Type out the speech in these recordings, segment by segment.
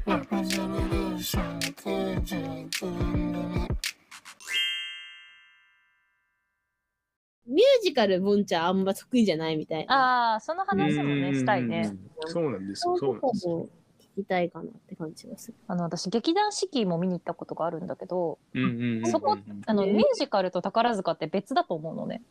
ージェネレーション91年組ミュージカル、ボンちゃんあんま得意じゃないみたいな。あ、ああ、その話もね、したいね。。そうなんですそういうよ。そうなんこですとよ。を聞きたいかなって感じがする。あの、私、劇団四季も見に行ったことがあるんだけど、うんうんうんそこあの、ミュージカルと宝塚って別だと思うのね。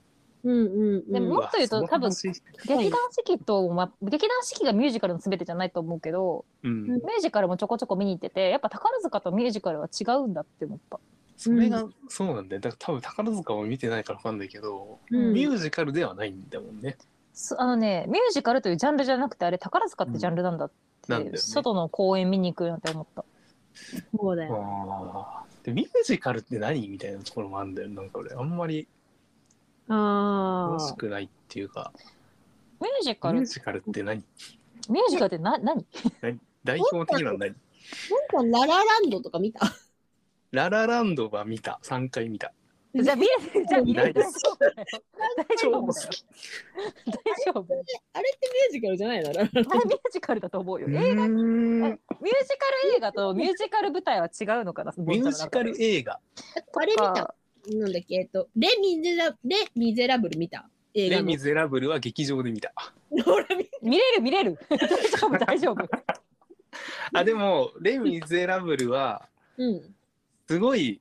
うんうん、うん。でももっと言うと多分その話い劇団四季と、ま、劇団四季がミュージカルの全てじゃないと思うけど、うん。ミュージカルもちょこちょこ見に行ってて、やっぱ宝塚とミュージカルは違うんだって思った。それが、そうなんだよ。だから多分宝塚を見てないからわかんないけど、うんミュージカルではないんだもんね。すあのね、ミュージカルというジャンルじゃなくて、あれ宝塚ってジャンルなんだっうんて、なんだよね外の公演見に行くなんて思った。そうだよ。あーでミュージカルって何みたいなところもあるんだよ。なんか俺、あんまりあ楽しあ。くないっていうか、ミュージミカル、ュミージカルって何ュージカルってな、何代表的なのは何ボンちゃん、ララランドとか見たララランドは見た。3回見た。じゃあ見え、じゃあ見ないえ、大で丈す夫だよ。大丈超夫好だよ。き。大丈夫。あれってミュージカルじゃないのララランあれミュージカルだと思うよ。うえーんミュージカル映画とミュージカル舞台は違うのかな。ミュージカル映画。ドあれ見とたかなんだっけえっと、レ・ミゼラレ・ミゼラブル見た映レ・画のミ。ゼラブルは劇場で見た。ほら見見れる見れる。大丈夫大丈夫。 あ、でも、レ・ミゼラブルは、うん。すごい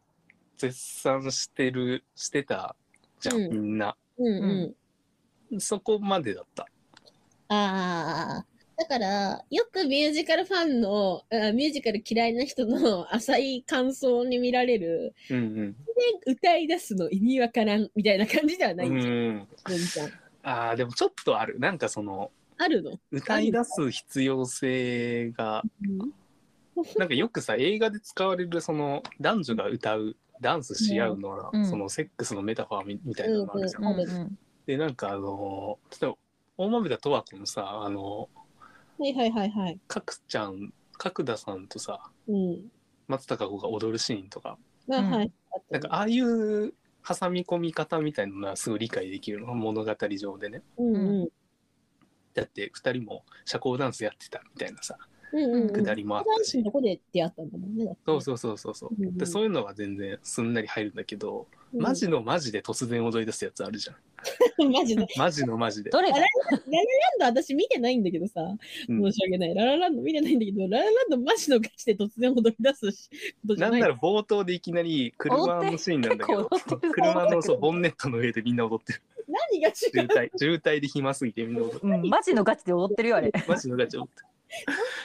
絶賛してる、してたじゃん、うんみんな。うんうん。そこまでだった。ああ。だから、よくミュージカルファンの、あミュージカル嫌いな人の浅い感想に見られる、うんで歌い出すの意味わからんみたいな感じではうないん。んじゃん。うん、文ちゃんああ、でもちょっとある。なんかその、あるの、歌い出す必要性が、なんかよくさ、映画で使われる、その、男女が歌う、ダンスし合うのは、うんその、セックスのメタファーみみたいなのがあるじゃん。うんうんで、なんかあの、例えば、大豆田十和子のさ、あの、はいはいはいはい。かくちゃん、角田さんとさ、うん。松たか子が踊るシーンとか、まあ、うんはい。なんかああいう挟み込み方みたいなのはすごい理解できるの物語上でねうんうん。だって2人も社交ダンスやってたみたいなさうんうんうん。下りもあっダンたスし、どこで出会ったんだもんね。だってそうそうそうそうそううんうんでそういうのは全然すんなり入るんだけど、うんマジのマジで突然踊り出すやつあるじゃん マジで。ラマジのマジでどれだあれランド私見てないんだけどさ、うん申し訳ない。ララランド見てないんだけど、ララランドマジのガチで突然踊り出すしことじなゃんない。なら冒頭でいきなり車のシーンなんだけ踊どって結構踊ってる 車のそうボンネットの上でみんな踊ってる何が違渋う滞渋滞で暇すぎてみんな踊ってるうん、マジのガチで踊ってるよあれ。マジのガチ踊ってる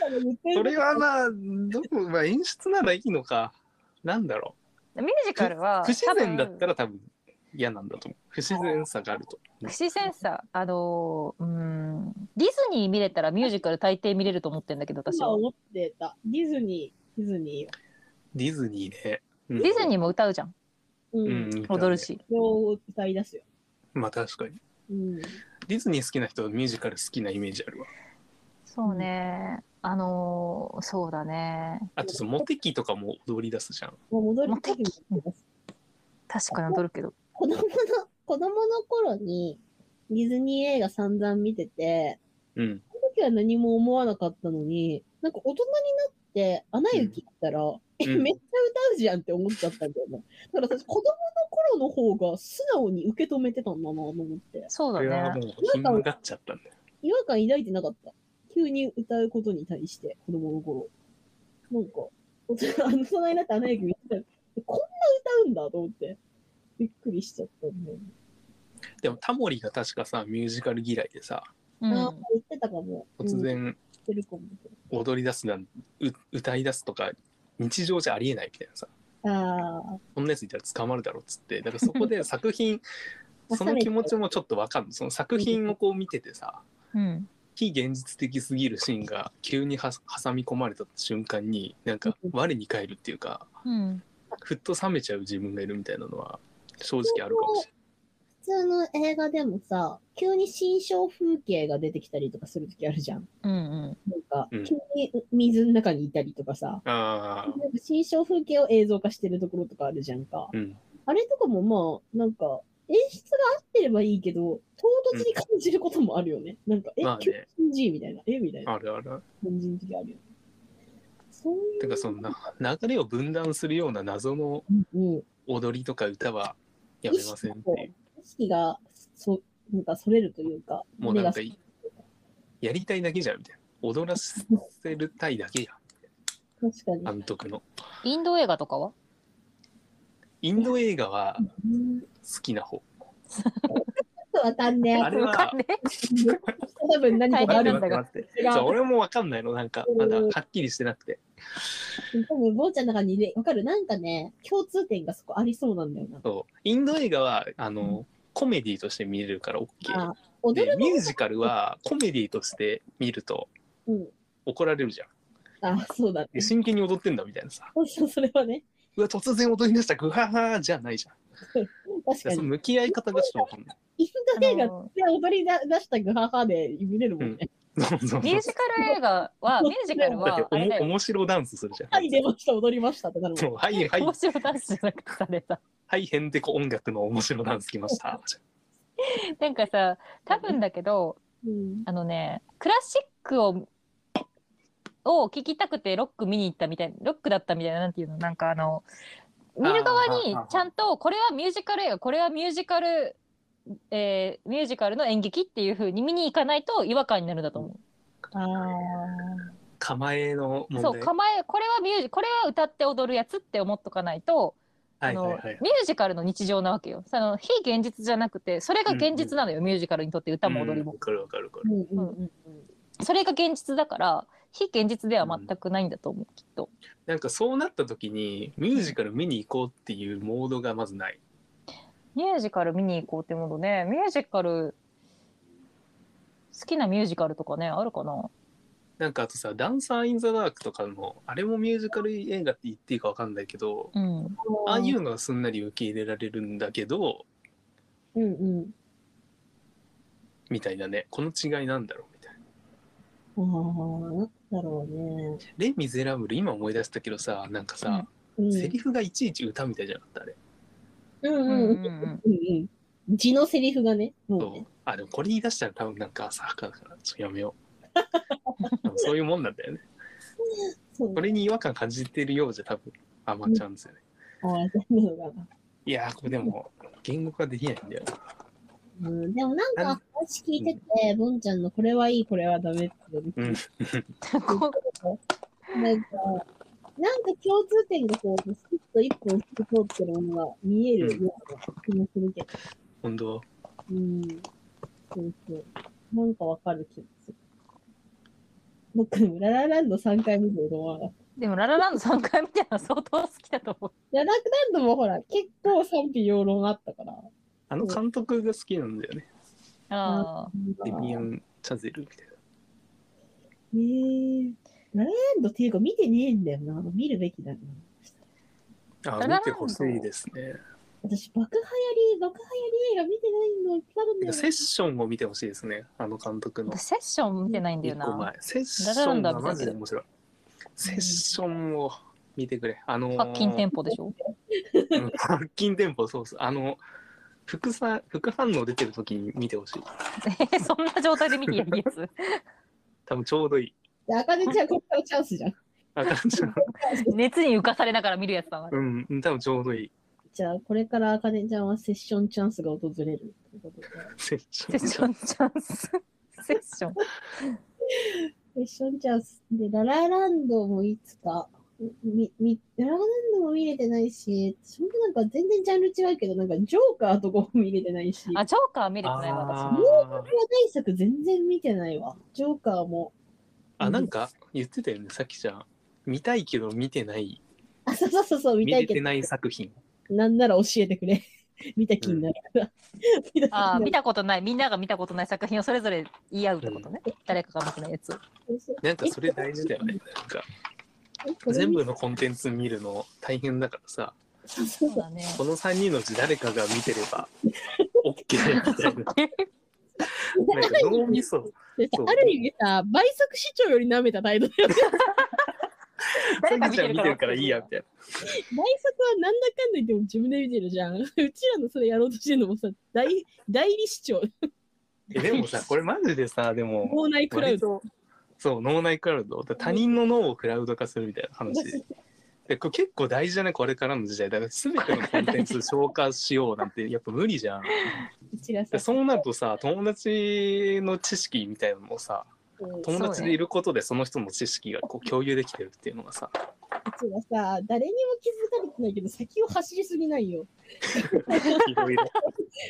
かの言ってるそれはまあどこ、まあ、演出ならいいのかなんだろうミュージカルは不自然だっら。たら多分嫌なんだと思う不自然さがあると不自然さ、あのーうーん、ディズニー見れたらミュージカル大抵見れると思ってんだけど、私今は。思ってた。ディズニー、ディズニディズニーで、うんディズニーも歌うじゃん、ー。う。うんん踊るし。よう歌い出すよ。まあ確かにうん。ディズニー好きな人はミュージカル好きなイメージあるわそうね、あのーそうだね、あとそのモテキとかも踊り出すじゃんもう戻りモテ期確かに踊るけど。子供の、子供の頃にディズニー映画散々見てて、うんその時は何も思わなかったのに、なんか大人になって、アナ雪行ったら、え、うんめっちゃ歌うじゃんって思っちゃったんだよね。だから私、子供の頃の方が素直に受け止めてたんだなと思って。そうこだれはもね。うひんがっちゃったんだよ違和感抱いてなかった。急に歌うことに対して、子供の頃。なんか、 大人あの、その間ってアナ雪見てたら、こんな歌うんだと思って、びっくりしちゃったんだよね。でもタモリが確かさミュージカル嫌いでさうああん、、言ってたかも。突うん、言然ってるかも。踊り出すなんう歌い出すとか日常じゃありえないみたいなさああ、そんなやついたら捕まるだろうっつってだからそこで作品その気持ちもちょっとわかんないその作品をこう見ててさ、うん、非現実的すぎるシーンが急には挟み込まれた瞬間になんか我に返るっていうかうん。ふっと冷めちゃう自分がいるみたいなのは正直あるかもしれ普通の映画でもさ、急に新象風景が出てきたりとかするときあるじゃん。うんなんかうん、急に水の中にいたりとかさ、ない。ああ、なんか新象風景を映像化してるところとかあるじゃんか。うん、あれとかもまあ、なんか、演出が合ってればいいけど、唐突に感じることもあるよね。なんか、え、まあね急に G みたいな、えみたいなあるある。感じの時あるよね。そういうなんかそんな流れを分断するような謎のうん、踊りとか歌はやめませんっていう意識がそなんかそれるというか、もうなんか目がいやりたいだけじゃんみたいな踊らせるたいだけや確かに。監督のインド映画とかはインド映画はうん好きな方わかんねえ。あれはわかんねえ多分何かがあ待るっんてだ待けっど、て待って そう俺もわかんないのなんかまだはっきりしてなくて多分、坊ちゃんの中にね、わかる、なんかね、共通点がそこありそうなんだよな。そうインド映画はあのコメディとして見れるから OK あで踊るミュージカルはコメディとして見るとうん怒られるじゃんあ、そうだねで。真剣に踊ってんだみたいなさそうそう、それはね、うわ突然踊り出したグハハじゃないじゃん確だかからそに。の向き合い方がちょっとわかんない インあド映画ので踊りだ出したグハハで見れるもんね。そうそうそうミュージカル映画は、ミュージカルだっては、あおれだもよ。面白ダンスするじゃんはい、出ました、踊りましたってなるもそん。うはいはい面白い男子じゃなくてさ れた。はい変でこ音楽の面白ダンスきましたじゃなんかさ、多分だけど、うん、あのね、クラシックを、を聞きたくてロック見に行ったみたいな、ロックだったみたいな、なんていうの、なんかあの、見る側にちゃんと、これはミュージカル映画、これはミュージカル、えーミュージカルの演劇っていう風に見に行かないと違和感になるんだと思う。ああ、ん構えの問題そう構えこれはミュージこれは歌って踊るやつって思っとかないと、はいはいあはのいミュージカルの日常なわけよその非現実じゃなくてそれが現実なのよ、ミュージカルにとって歌も踊りうんもわ、かるわかるわかうるんうんうんそれが現実だから非現実では全くないんだと思う、きっとなんかそうなった時にミュージカル見に行こうっていうモードがまずないミュージカル見に行こうってものねミュージカル好きなミュージカルとかねあるかななんかあとさ「ダンサー・イン・ザ・ダーク」とかのあれもミュージカル映画って言っていいかわかんないけどうんああいうのはすんなり受け入れられるんだけどうんうん。みたいなねこの違いなんだろうみたいな。ああ、なんだろうね。レ・ミゼラブル今思い出したけどさなんかさ、うん、セリフがいちいち歌みたいじゃなかったあれ、うんううんんううんん。うんうんうん。字のセリフがね。もうそねうあでもこれ言い出したら多分なんか浅はかだからちょっとやめようでもそういうもんなんだよねそうこれに違和感感じてるようじゃ多分あまっちゃうんですよね、ああ、そうなのかな。いやーこれでも言語化できないんだよなうん、でもなんなんか話聞いてて、ボンちゃんのこれはいい、これはダメって言ってうんこなんか、なんか共通点がこう、スキッと一本透き通ってるものが見えるような気もするけど。本当うん。そうそう。なんかわかる気がする。僕、ララランド3回見てると思わなかった。でも「ララランド」3回見たら相当好きだと思うララランドもほら、結構賛否両論あったから。あの監督が好きなんだよねあデミアねン・チャゼルみたいなえ。ララランドっていうか見てねえんだよな。見るべきだな。あララランド見てほしいですね。私、爆破やり、爆破やり映画見てないのいっぱいあるんだよな。セッションを見てほしいですね、あの監督あの。セッション見てないんだよ一個な前。セッションラララがンドはマ見たけジどで面白い。セッションを見てくれ。あのー、パッキンテンポでしょうん発禁店舗、そうそう。あの、副さ副反応出てる時に見てほしい。えそんな状態で見てやるやつ多分ちょうどいい。で、あかねちゃん、こっからチャンスじゃん。あ感 じ熱に浮かされながら見るやつだわうん、多分ちょうどいい。じゃあ、これからあかねちゃんはセッションチャンスが訪れるということで。セッシセッショョン。ンチャンスセッションセッションチャンス。で、ララランドもいつか、み、み、ララランドも見れてないし、そんななんか全然ジャンル違うけど、なんかジョーカーとかも見れてないし、あジョーカーは見れてないわ私あー話題作全然見てないわ。ジョーカーも。あ、なんか言ってたよね、さきちゃん。見たいけど見てない、あ、そうそうそうそう、見見たいれけてど、ない作品。なんなら教えてくれ。 見た気になるから。見た気にあなー見る。たことないみんなが見たことない作品をそれぞれ言い合うってことね、誰かが見てないやつなんかそれ大事だよね。なんか全全部。部のコンテンツ見るの大変だからさそうそうそそううだねこの3人のうち誰かが見てれ ば OK みたいななんか脳みそでそうある意味さ、倍速視聴より舐めた態度だよね。誰か さきちゃん見てるからいいやみたいな倍速はなんだかんだ言っても自分で見てるじゃん。 うちらのそれやろうとしてるのもさ、代代理視聴、えでもさこれマジでさでも脳内クラウ割ド。とそう脳内クラウドだ他人の脳をクラウド化するみたいな話 ででこれ結構大事だねこれからの時代だから全てのコンテンツ消化しようなんてやっぱ無理じゃん一らさでそうなるとさ友達の知識みたいなのもさうん友達でいることでその人の知識がこう共有できてるっていうのが さうちはさ、誰にも気づかれてないけど、先を走りすぎないよ。いろいろ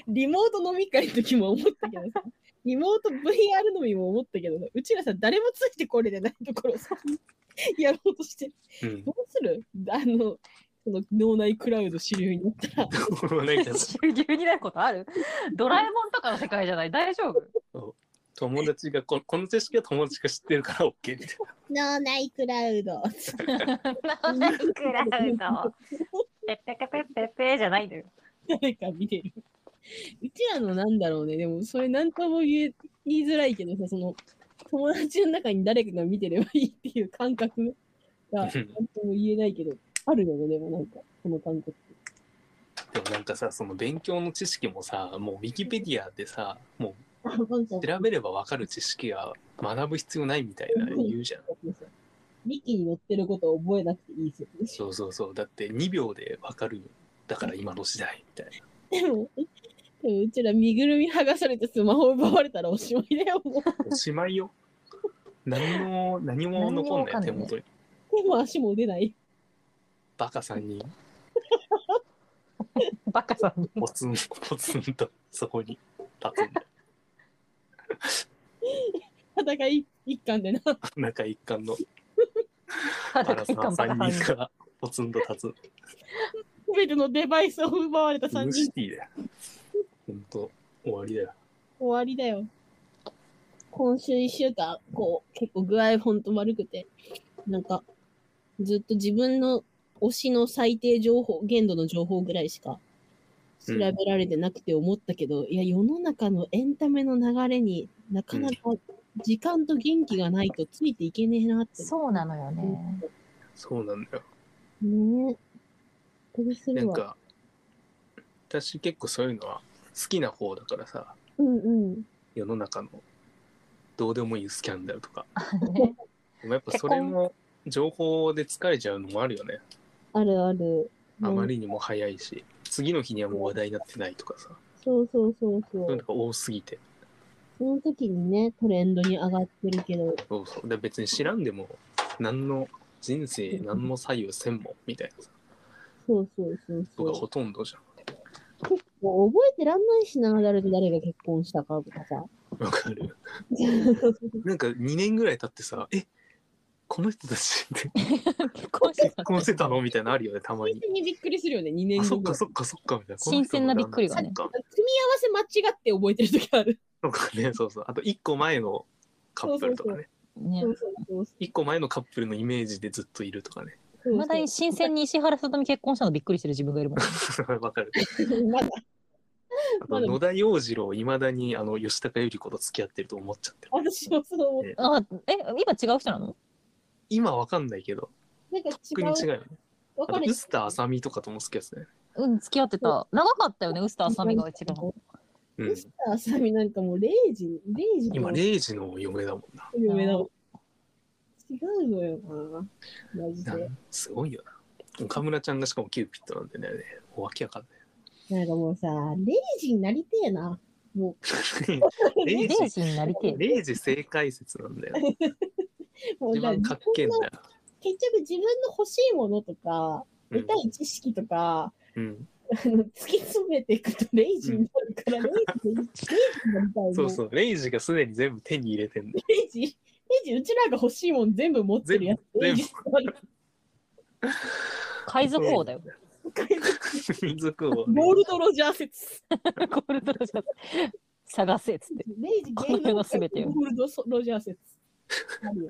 リモート飲み会の時も思ったけどさ、リモート VR 飲みも思ったけどさ、うちらさ、誰もついてこれてないところをさ、やろうとしてる。うんどうするあの、その脳内クラウド主流になったら、脳内クラウド主流になることあるドラえもんとかの世界じゃない大丈夫友達がここの知識は友達が知ってるから OK みたいな脳内クラウド。脳内クラウド。ペペペペペペじゃないのよ。誰か見てる。うちらのなんだろうね、でもそれなんとも言え言いづらいけどさ、その友達の中に誰かが見てればいいっていう感覚がなんうんとも言えないけど、あるよね、でもなんか、この感覚。でもなんかさその勉強の知識もさもうウィキペディアでさもあ、ワンちゃんう、調べれば分かる知識は学ぶ必要ないみたいな言うじゃんミキに乗ってることを覚えなくていい説でしょ。そうそうそうだって2秒で分かるだから今の時代みた いでも、 でもうちら身ぐるみ剥がされてスマホ奪われたらおしまいだよ、もう。なおしまいよ何も何も残んな何にい手も分かんない元に手も足も出ない。バカさんにバカさんに。ポツンポツンとそこに立つんだ戦い一貫でな。中一貫のバ原さん3に人がポツンと立つ全てのデバイスを奪われたブル3ー人シ。ティだよほんと終わりだよ終わりだよ。今週1週間、こう、結構具合ほんと悪くて、なんか、ずっと自分の推しの最低情報、限度の情報ぐらいしか調べられてなくて思ったけど、いや、世の中のエンタメの流れになかなか時間と元気がないとついていけねえなって。そうなのよね。そうなんだよねえ。びっくりすなるんわ。か私結構そういうのは好きな方だからさうんうん。世の中のどうでもいいスキャンダルとかねでもやっぱそれの情報で疲れちゃうのもあるよねあるある。あまりにも早いし次の日にはもう話題になってないとかさそうそうそうそそういううの。が多すぎてその時にね、トレンドに上がってるけど、そうそうで別に知らんでも何の人生何も左右せんもんみたいなさそうそうそうのそがう。ほとんどじゃもう覚えてらんないしな、誰と誰が結婚したかとかさ。んわかるなんか2年ぐらい経ってさえこの人たちって結婚してた結婚してたのみたいなのあるよねたまに新鮮にびっくりするよね、2年あ後そっぐらかいそっかそっかみたいな新鮮なびっくりがねそっか組み合わせ間違って覚えてる時ある。なんかねそうそうあと1個前のカップルとかねねそうそうそうそ1個前のカップルのイメージでずっといるとかね う。まだに新鮮に石原さとみ結婚したのびっくりしてる自分がいるもん。わかるまだ。あと野田洋次郎いまだにあの吉高由里子と付き合ってると思っちゃってる私もそう思っ あ、え、今違う人なの今わかんないけどて。 なんか特に違違う。うよね分あとかれ臼田あさみとかとも好きですねうん、付き合ってた。長かったよね、臼田あさみが一番。うウんスターあさみなんかもう0時に、0時今の0時の嫁だもんな夢だもん。違うのよな。マジで。なんすごいよな岡村ちゃんがしかもキューピットなんてねもうわけわかんないなんかもうさ、0時になりてえな。も0レイ時ジになりてえ。 0時正解説な んだよねう、もう一なん番かかっけえんだよ結局自分の欲しいものとか、う得んたい知識とか、うん、あの突き詰めていくとレイジになるから、レイジ、レイジになりたいもんそうそう、レイジがすでに全部手に入れて んだよ。レイジ、レイジ、うちらが欲しいもん全部持ってるやつ。レイ全ジ部触る海賊王だよ。民族を、ゴールドロジャー説。 ゴールドロジャー探せっつって。レイジ、この世の全てよゴールドロジャー説。あるよ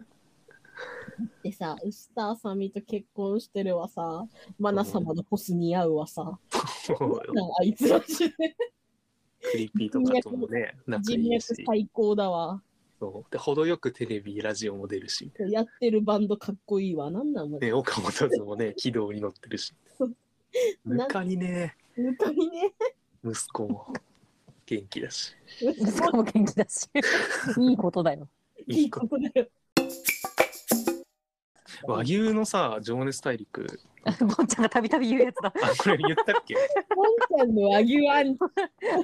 だってさ、ウスターさみと結婚してるわさ、マナ様のポス似合うわさ、もうなんかあいつらしいねクリピーとかともね、仲 人いい脈し。最高だわ。そうで、程よくテレビ、ラジオも出るし。やってるバンドかっこいいわ。なんなんもうね、岡本さん もね、軌道に乗ってるしそう。ぬかにね、本当にね。息子も元気だし。 息子も元気だし。いいことだよ。いいことだよ。和牛のさ「情熱大陸ボンちゃんがたびたび言うやつ だ」。あこれ言ったっけいワンちゃんの和牛アン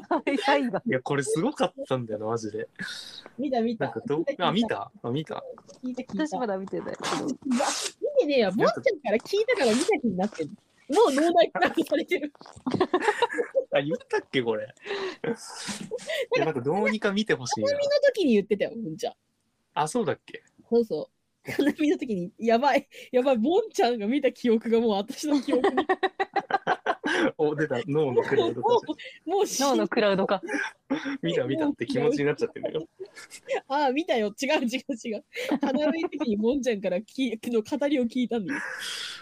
はいはいだ。やこれすごかったんだよなマジで見た見なんた か。どあ見たあ見た聞いた聞い私た。うまわだ見てないけど。見てねえよ。ボンちゃんから聞いたから見た気になってる。もう脳内クラックされてる。あ言ったっけこれいやなんかどうにか見てほしいな花見の時に言ってたよ、ボンちゃん。あそうだっけそうそう。花見の時に、やばい、やばい、ボンちゃんが見た記憶がもう私の記憶に。お出た脳のクラもウう、ドも化うもう死脳んのクラウドか。見た見たって気持ちになっちゃってるよああ、見たよ。違う違う違う。花見の時にボンちゃんからきの語りを聞いたんだよ。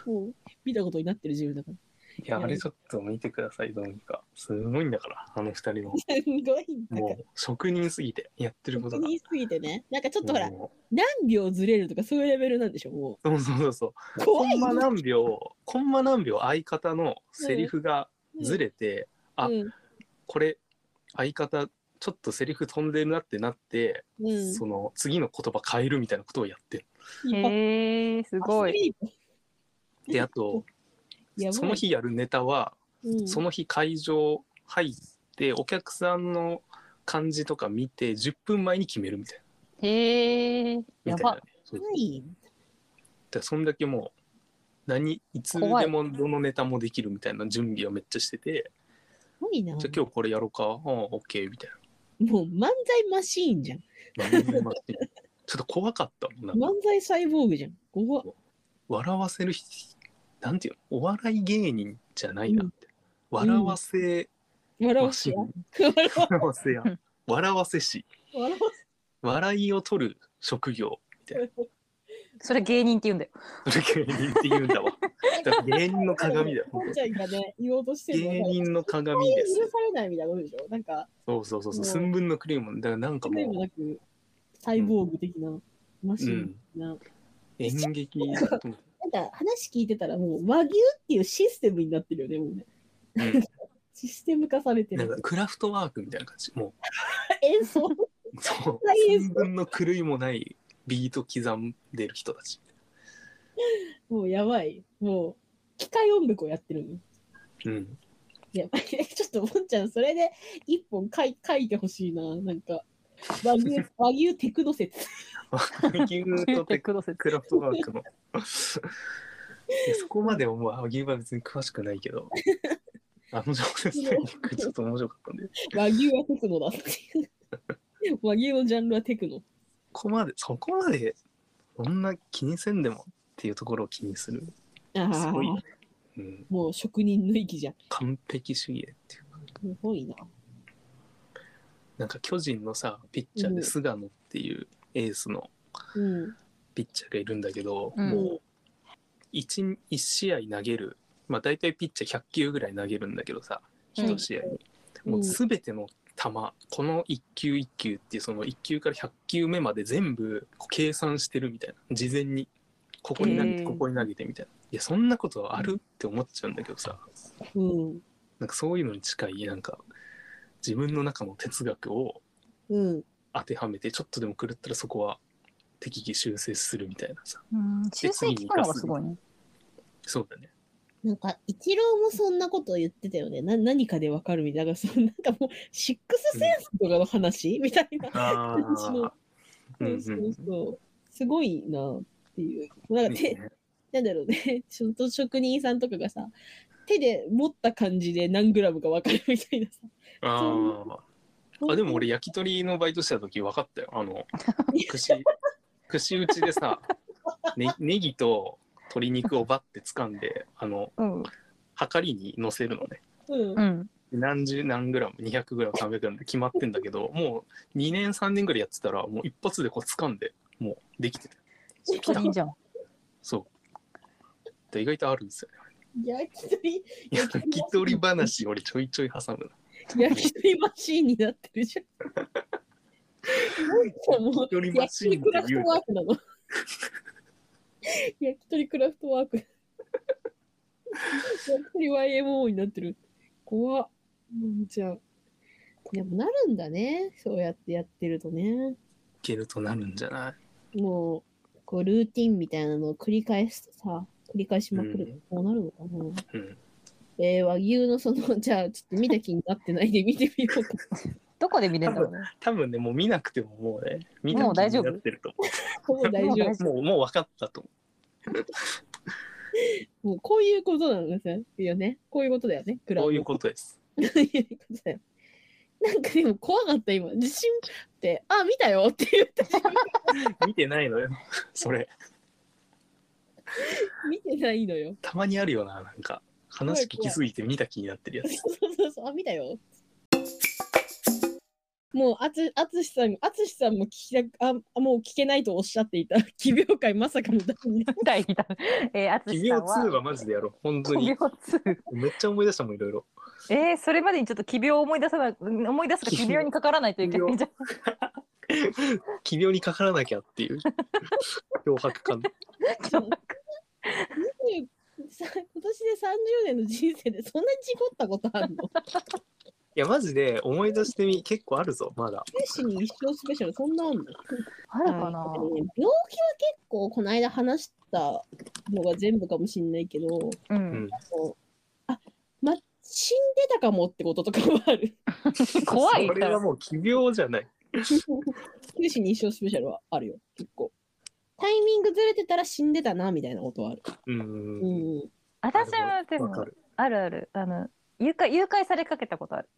もう、見たことになってる自分だから。いやあれちょっと見てくださいどうにかすごいんだからあの二人のすごいんだからもう。職人すぎてやってることが言いすぎてね。なんかちょっとほら、も何秒ずれるとかそういうレベルなんでしょ、もうそうそうそうそうう。怖いコンマ何秒コンマ何秒相方のセリフがずれて、あうんこれ相方ちょっとセリフ飛んでるなってなって、うん。その次の言葉変えるみたいなことをや ってるへえすごい。い。であとやばいその、日やるネタは、うんその日会場入ってお客さんの感じとか見て10分前に決めるみたいへえなやみたいなばね。そうはいでそんだけもう何いつで怖いもどのネタもできるみたいな準備をめっちゃしてて怖いな。じゃあ今日これやろうかああオッケーみたいもう漫才マシーンじゃん。な何も言わなく てちょっと怖かったもんなんか漫才サイボーグじゃん。怖っ笑わせる人なんていうのお笑い芸人じゃないなって、ん笑わせ笑わマせシやン、。笑わ笑わせやうん笑わせ師笑わ笑いを取る職業それ芸人って言うんだよ。それ芸人って言うんだ わだから芸人のせ鏡だよボンちゃんがね、言おうとしてるの芸は人の鏡で許 すされないみたいなことでしょ。なんか、そうそうそうそうもう寸分のクリームだからなんか例えもばうなく、サイボーグ的な、マシーン的な。演劇 だと思ってなんか話聞いてたらもう和牛っていうシステムになってるよね、もうね。うんシステム化されてなんるか。クラフトワークみたいな感じ。も演奏う、そう、 大変寸分の狂いもないビート刻んでる人たち。もうやばい。もう、機械音楽をやってるの。 うん。 やばいね。ちょっと、ぼんちゃん、それで一本書い書いてほしいな。なんか、和 牛、和牛テクノ説。牛とテクド説クラフトワークの。いやそこまではもう、あ牛は別に詳しくないけど、あの情熱大陸ちょっと面白かったんで、和牛はテク ノだっていう。和牛のジャンルはテクノ。ここまで、そこまで、そんな気にせんでもっていうところを気にする。あすあごい、ね。うん、もう職人の域じゃん。完璧主義っていうか、すごいな。なんか巨人のさ、ピッチャーうんで菅野っていうエースのうん。ピッチャーがいるんだけど、うんもう 1, 一試合投げる、まあ、大体ピッチャー100球ぐらい投げるんだけどさうん1試合に、うんもう全ての球この1球1球っていうその1球から100球目まで全部こう計算してるみたいな事前にここに投げへてーここに投げてみたいないやそんなことあるって思っちゃうんだけどさうん。なんかそういうのに近いなんか自分の中の哲学をうん。当てはめてちょっとでも狂ったらそこは適宜修正するみたいなさうん修正期間がすごいね。そうだねなんか、イチローもそんなこと言ってたよね。な何かでわかるみたいな。なんかそのなんかもう、シックスセンスとかの話、みたいな。あ感じのあ。うそんううそうんそう。すごいなっていう。なんかいい手、ねなんだろうね。 ちょっと職人さんとかがさ、手で持った感じで何グラムか分かるみたいなさ。あーあ。でも俺焼き鳥のバイトしてた時分かったよ。あの串串打ちでさ、ね、ネギと鶏肉をバッて掴んであのうん量りに乗せるのね。うんう。ん。何十何グラム200グラム300グラムって決まってんだけどもう2年3年ぐらいやってたらもう一発でこう掴んでもうできてて一人じゃん。そうで意外とあるんですよ ね焼き鳥、焼き鳥話俺ちょいちょい挟むな焼き鳥マシーンになってるじゃん。もう焼き鳥マシーンってクラフ言トうなワークなの。焼き鳥クラフトワーク。 焼き鳥 YMO になってる。怖っ。もうじゃあ。でもなるんだね。そうやってやってるとね。いけるとなるんじゃないもう、こうルーティンみたいなのを繰り返すとさ、繰り返しまくるとこうなるのかな。うん、えー、和牛のその、じゃあ、ちょっと見た気になってないで見てみよう か。どこで見れるんだろうね。多分ねもう見なくてももうね見なもう大丈夫になってるともう大丈夫。思うもうもう分かったと思もうこういうことなんですよいいよね。こういうことだよね。クうラこブういうことですこういうことだよ。なんかでも怖かった今。自信って、あ、見たよって言ったし、見てないのよそれ見てないのよ。たまにあるよななんか話聞きすぎて見た気になってるやつそうそうそう、あ、見たよ。もう、あつ、あつしさん、あつしさんも聞きたく、あ、あもう聞けないとおっしゃっていた。 奇病会まさかの第二弾。第2弾。えー、あつ奇しさ妙んは2。はマジでやろう本当奇に病2。めっちゃ思い出したもんいろいろえー、それまでにちょっと奇病を思い出さない、思い出すか奇病にかからないといけないじゃん。奇妙にかからなきゃっていう脅迫感 さ今年で三十年の人生で、そんな事故ったことあるの。いやマジで思い出してみ結構あるぞまだ九死に一生スペシャル、そんなあんの。あるかなあのね病気は結構この間話したのが全部かもしんないけど、ううんん。こうあま死んでたかもってこととかはある。怖いそれはもう奇妙じゃない九死に一生スペシャルはあるよ、結構。タイミングずれてたら死んでたなみたいなことはある。ううんん。私はでわかも、るあるある。あの、誘拐、誘拐されかけたことある。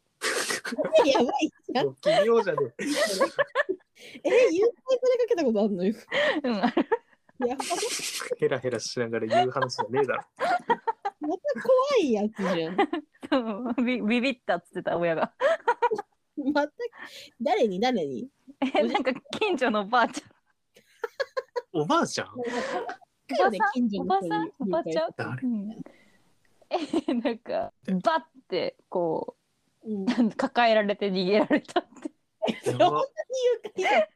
やばいじゃん。もう奇妙じゃねえ、え誘拐されかけたことあるの よ。うん、あるやばヘラヘラしながら言う話じゃねえだろ。また怖いやつじ ゃん。そうビビビったっつってた親が。また、誰に誰にえ、なんか近所のおばあちおばあちゃんだよねおばさ近んゃん、所おのば人さにん、おばちゃん。誰うんえ、なんか、バッて、こうんう、抱えられて逃げられたって。そや んなば誘拐だ。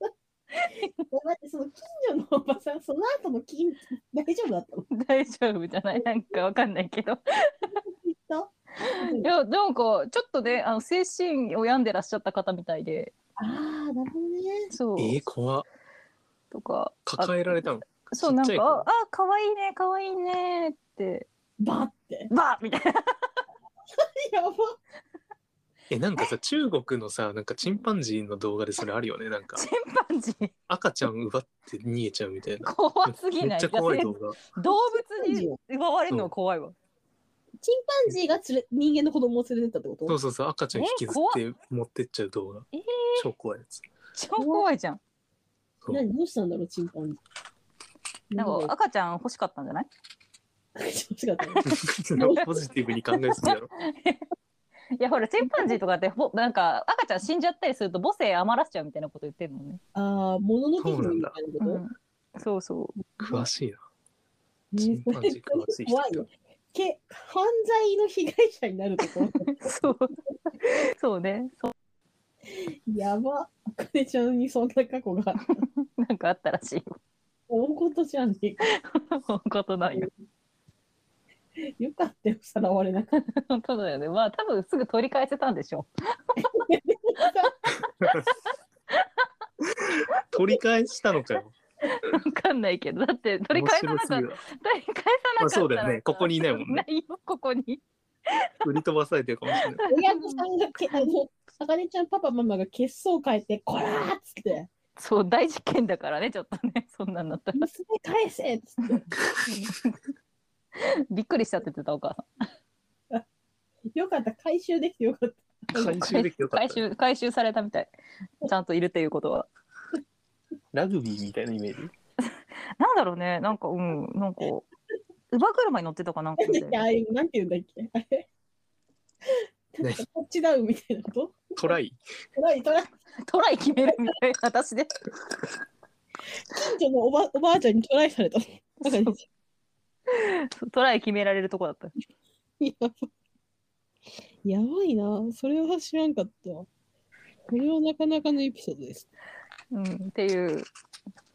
だってその近所のおばさん、その後の近大丈夫だったの 大丈夫じゃないなんかわかんないけど。きっと。いや、なんか、ちょっとね、あの、精神を病んでらっしゃった方みたいで、ああ、なるほどね。そうえ、ー、怖っとか、抱えられたの。そう、ちなっんちかゃい、あ、可愛いね、可愛いねって、バって。バーみたいな。やば。え、なんかさ、中国のさ、なんかチンパンジーの動画でそれあるよね。なんかチンパンジー、赤ちゃん奪って逃げちゃうみたいな。怖すぎめなっいちゃ怖い動動画。物に奪われるのは怖いわ。チンパンジーが連れ人間の子供を連れてったってことそうそうそう、赤ちゃん引きずって持ってっちゃう動画。えー超怖いやつ。 超怖いじゃん。そう何どうしたんだろう、チンパンジー。なん か、赤ちゃん欲しかったんじゃないちょっと違った。ポジティブに考えすぎ だろ。いや、ほら、チンパンジーとかって、ほなんか、赤ちゃん死んじゃったりすると母性余らせちゃうみたいなこと言ってるもんね。ああ、もののけ姫みたいなうこん。そうそう。 詳しいな。 と。チンパンジー詳しい人怖いよ。け犯罪の被害者になるとこそう。そうね。そう。やば。あかねちゃんにそんな過去がなんかあったらしいよ。大事じゃねえか。ことないよ。よかったよ、さらわれなかった。本当だよね。まあ、多分すぐ取り返せたんでしょ取り返したのかよ。う。 わかんないけど、だって取り返さなかった。取面白すり返さなかったらさ。まあそうだよねここにいないもんねないよ、ここに。ぎる。売り飛ばされてるかもしれない。親御さんがけ、あの、あかねちゃんパパママが血相変えて、こらーっつって、そう、大事件だからね、ちょっとね。 そんなんなったら。娘返せっつって。びっくりしちゃってた、お母さん。よかった、回収できてよかった。 回収できてよかっ回た。収回収されたみたいちゃんといるということはラグビーみたいなイメージ。なんだろうねなんかうんなんか乳母車に乗ってたかなんかみたい あなあいう、なんて言うんだっけあれ何タッチダウンみたいなこと トライ。トライトライトライ決めるみたいな私で近所のおばおばあちゃんにトライさ れたの。だからトライ決められるとこだったやば やばいな、それは知らんかった。これはなかなかのエピソードです。うんっていう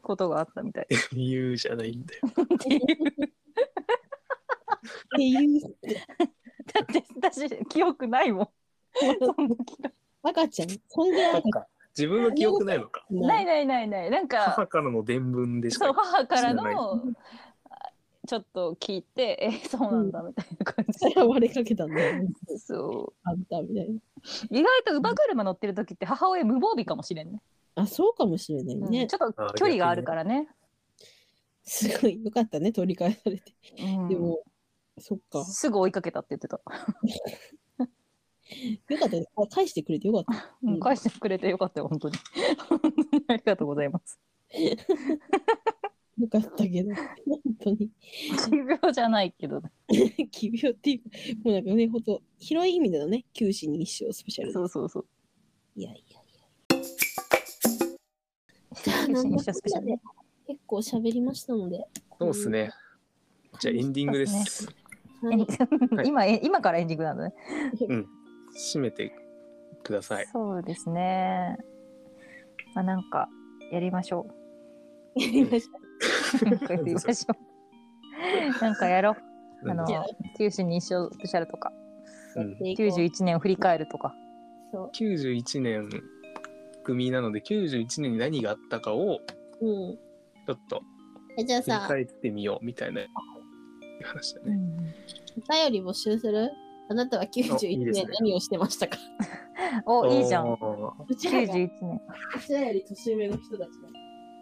ことがあったみたい言うじゃないんだよ。っていうっていう、 だって私記憶ないもんその時の赤ちゃん、そんぐらい赤ちゃんか。自分の記憶ないのか。ないい。ないないないなんか母からの伝聞でしそうか。母から知らなのちょっと聞いてえそうなんだみたいな感そじ、れは割れかけたんだよ。そあんたみたいな。う意外と馬車乗ってる時って母親無防備かもしれんねあ、そうかもしれないうんね。ちょっと距離があるからね、すごい、よかったね、取り返されて。うんでも、そっか。すぐ追いかけたって言ってた、よかったね。あ返してくれてよかった。うんうん返してくれてよかったよ本当に 本当にありがとうございますよかったけど、本当に。奇病じゃないけどね奇病っていうか、もうなんかね、ほんと、広い意味でのね、九死に一生スペシャル。そうそうそういやいや。一緒に一緒スペシャル結構喋りましたので。そうですね。じゃあエンディングです。はエい。 ンディング今え今からエンディングなのね締めてください。そうですねまあなんかやりましょう なんかやりましょうなんかやろうあのじゃあ九死に一生スペシャルとかうん91年を振り返るとかそ91年組なので91年に何があったかをう。うんちょっとえ。じゃあ振りさ、返ってみようみたいな話だね。お便り募集するあなたは91あいいです年ね何をしてましたかおいいじゃんおーうちらが91年うちらより年上の人たちが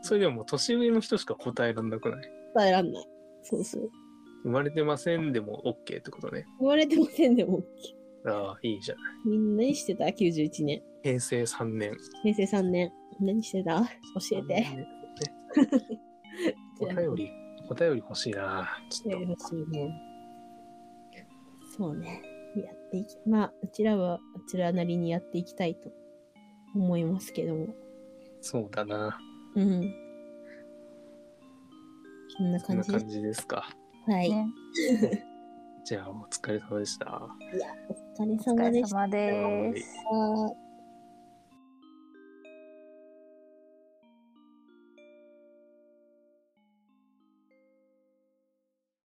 それでももう年上の人しか答えらんなくない伝えらんない。そうそう。生まれてませんでも OK ってことね。言われてませんでも、ああ、いいじゃない。みんな何してた ?91 年。平成3年。平成3年。何してた教えて。ね お便り、お便り欲しいな。ちょやっりほしいね。そうね。やっていき、まあ、うちらは、うちらなりにやっていきたいと思いますけども。と、そうだな。うん。そんなこ感んなじで感す。じですか。はい。ねじゃあ、お疲れ様でした。お疲れお疲様でれした。様ですはい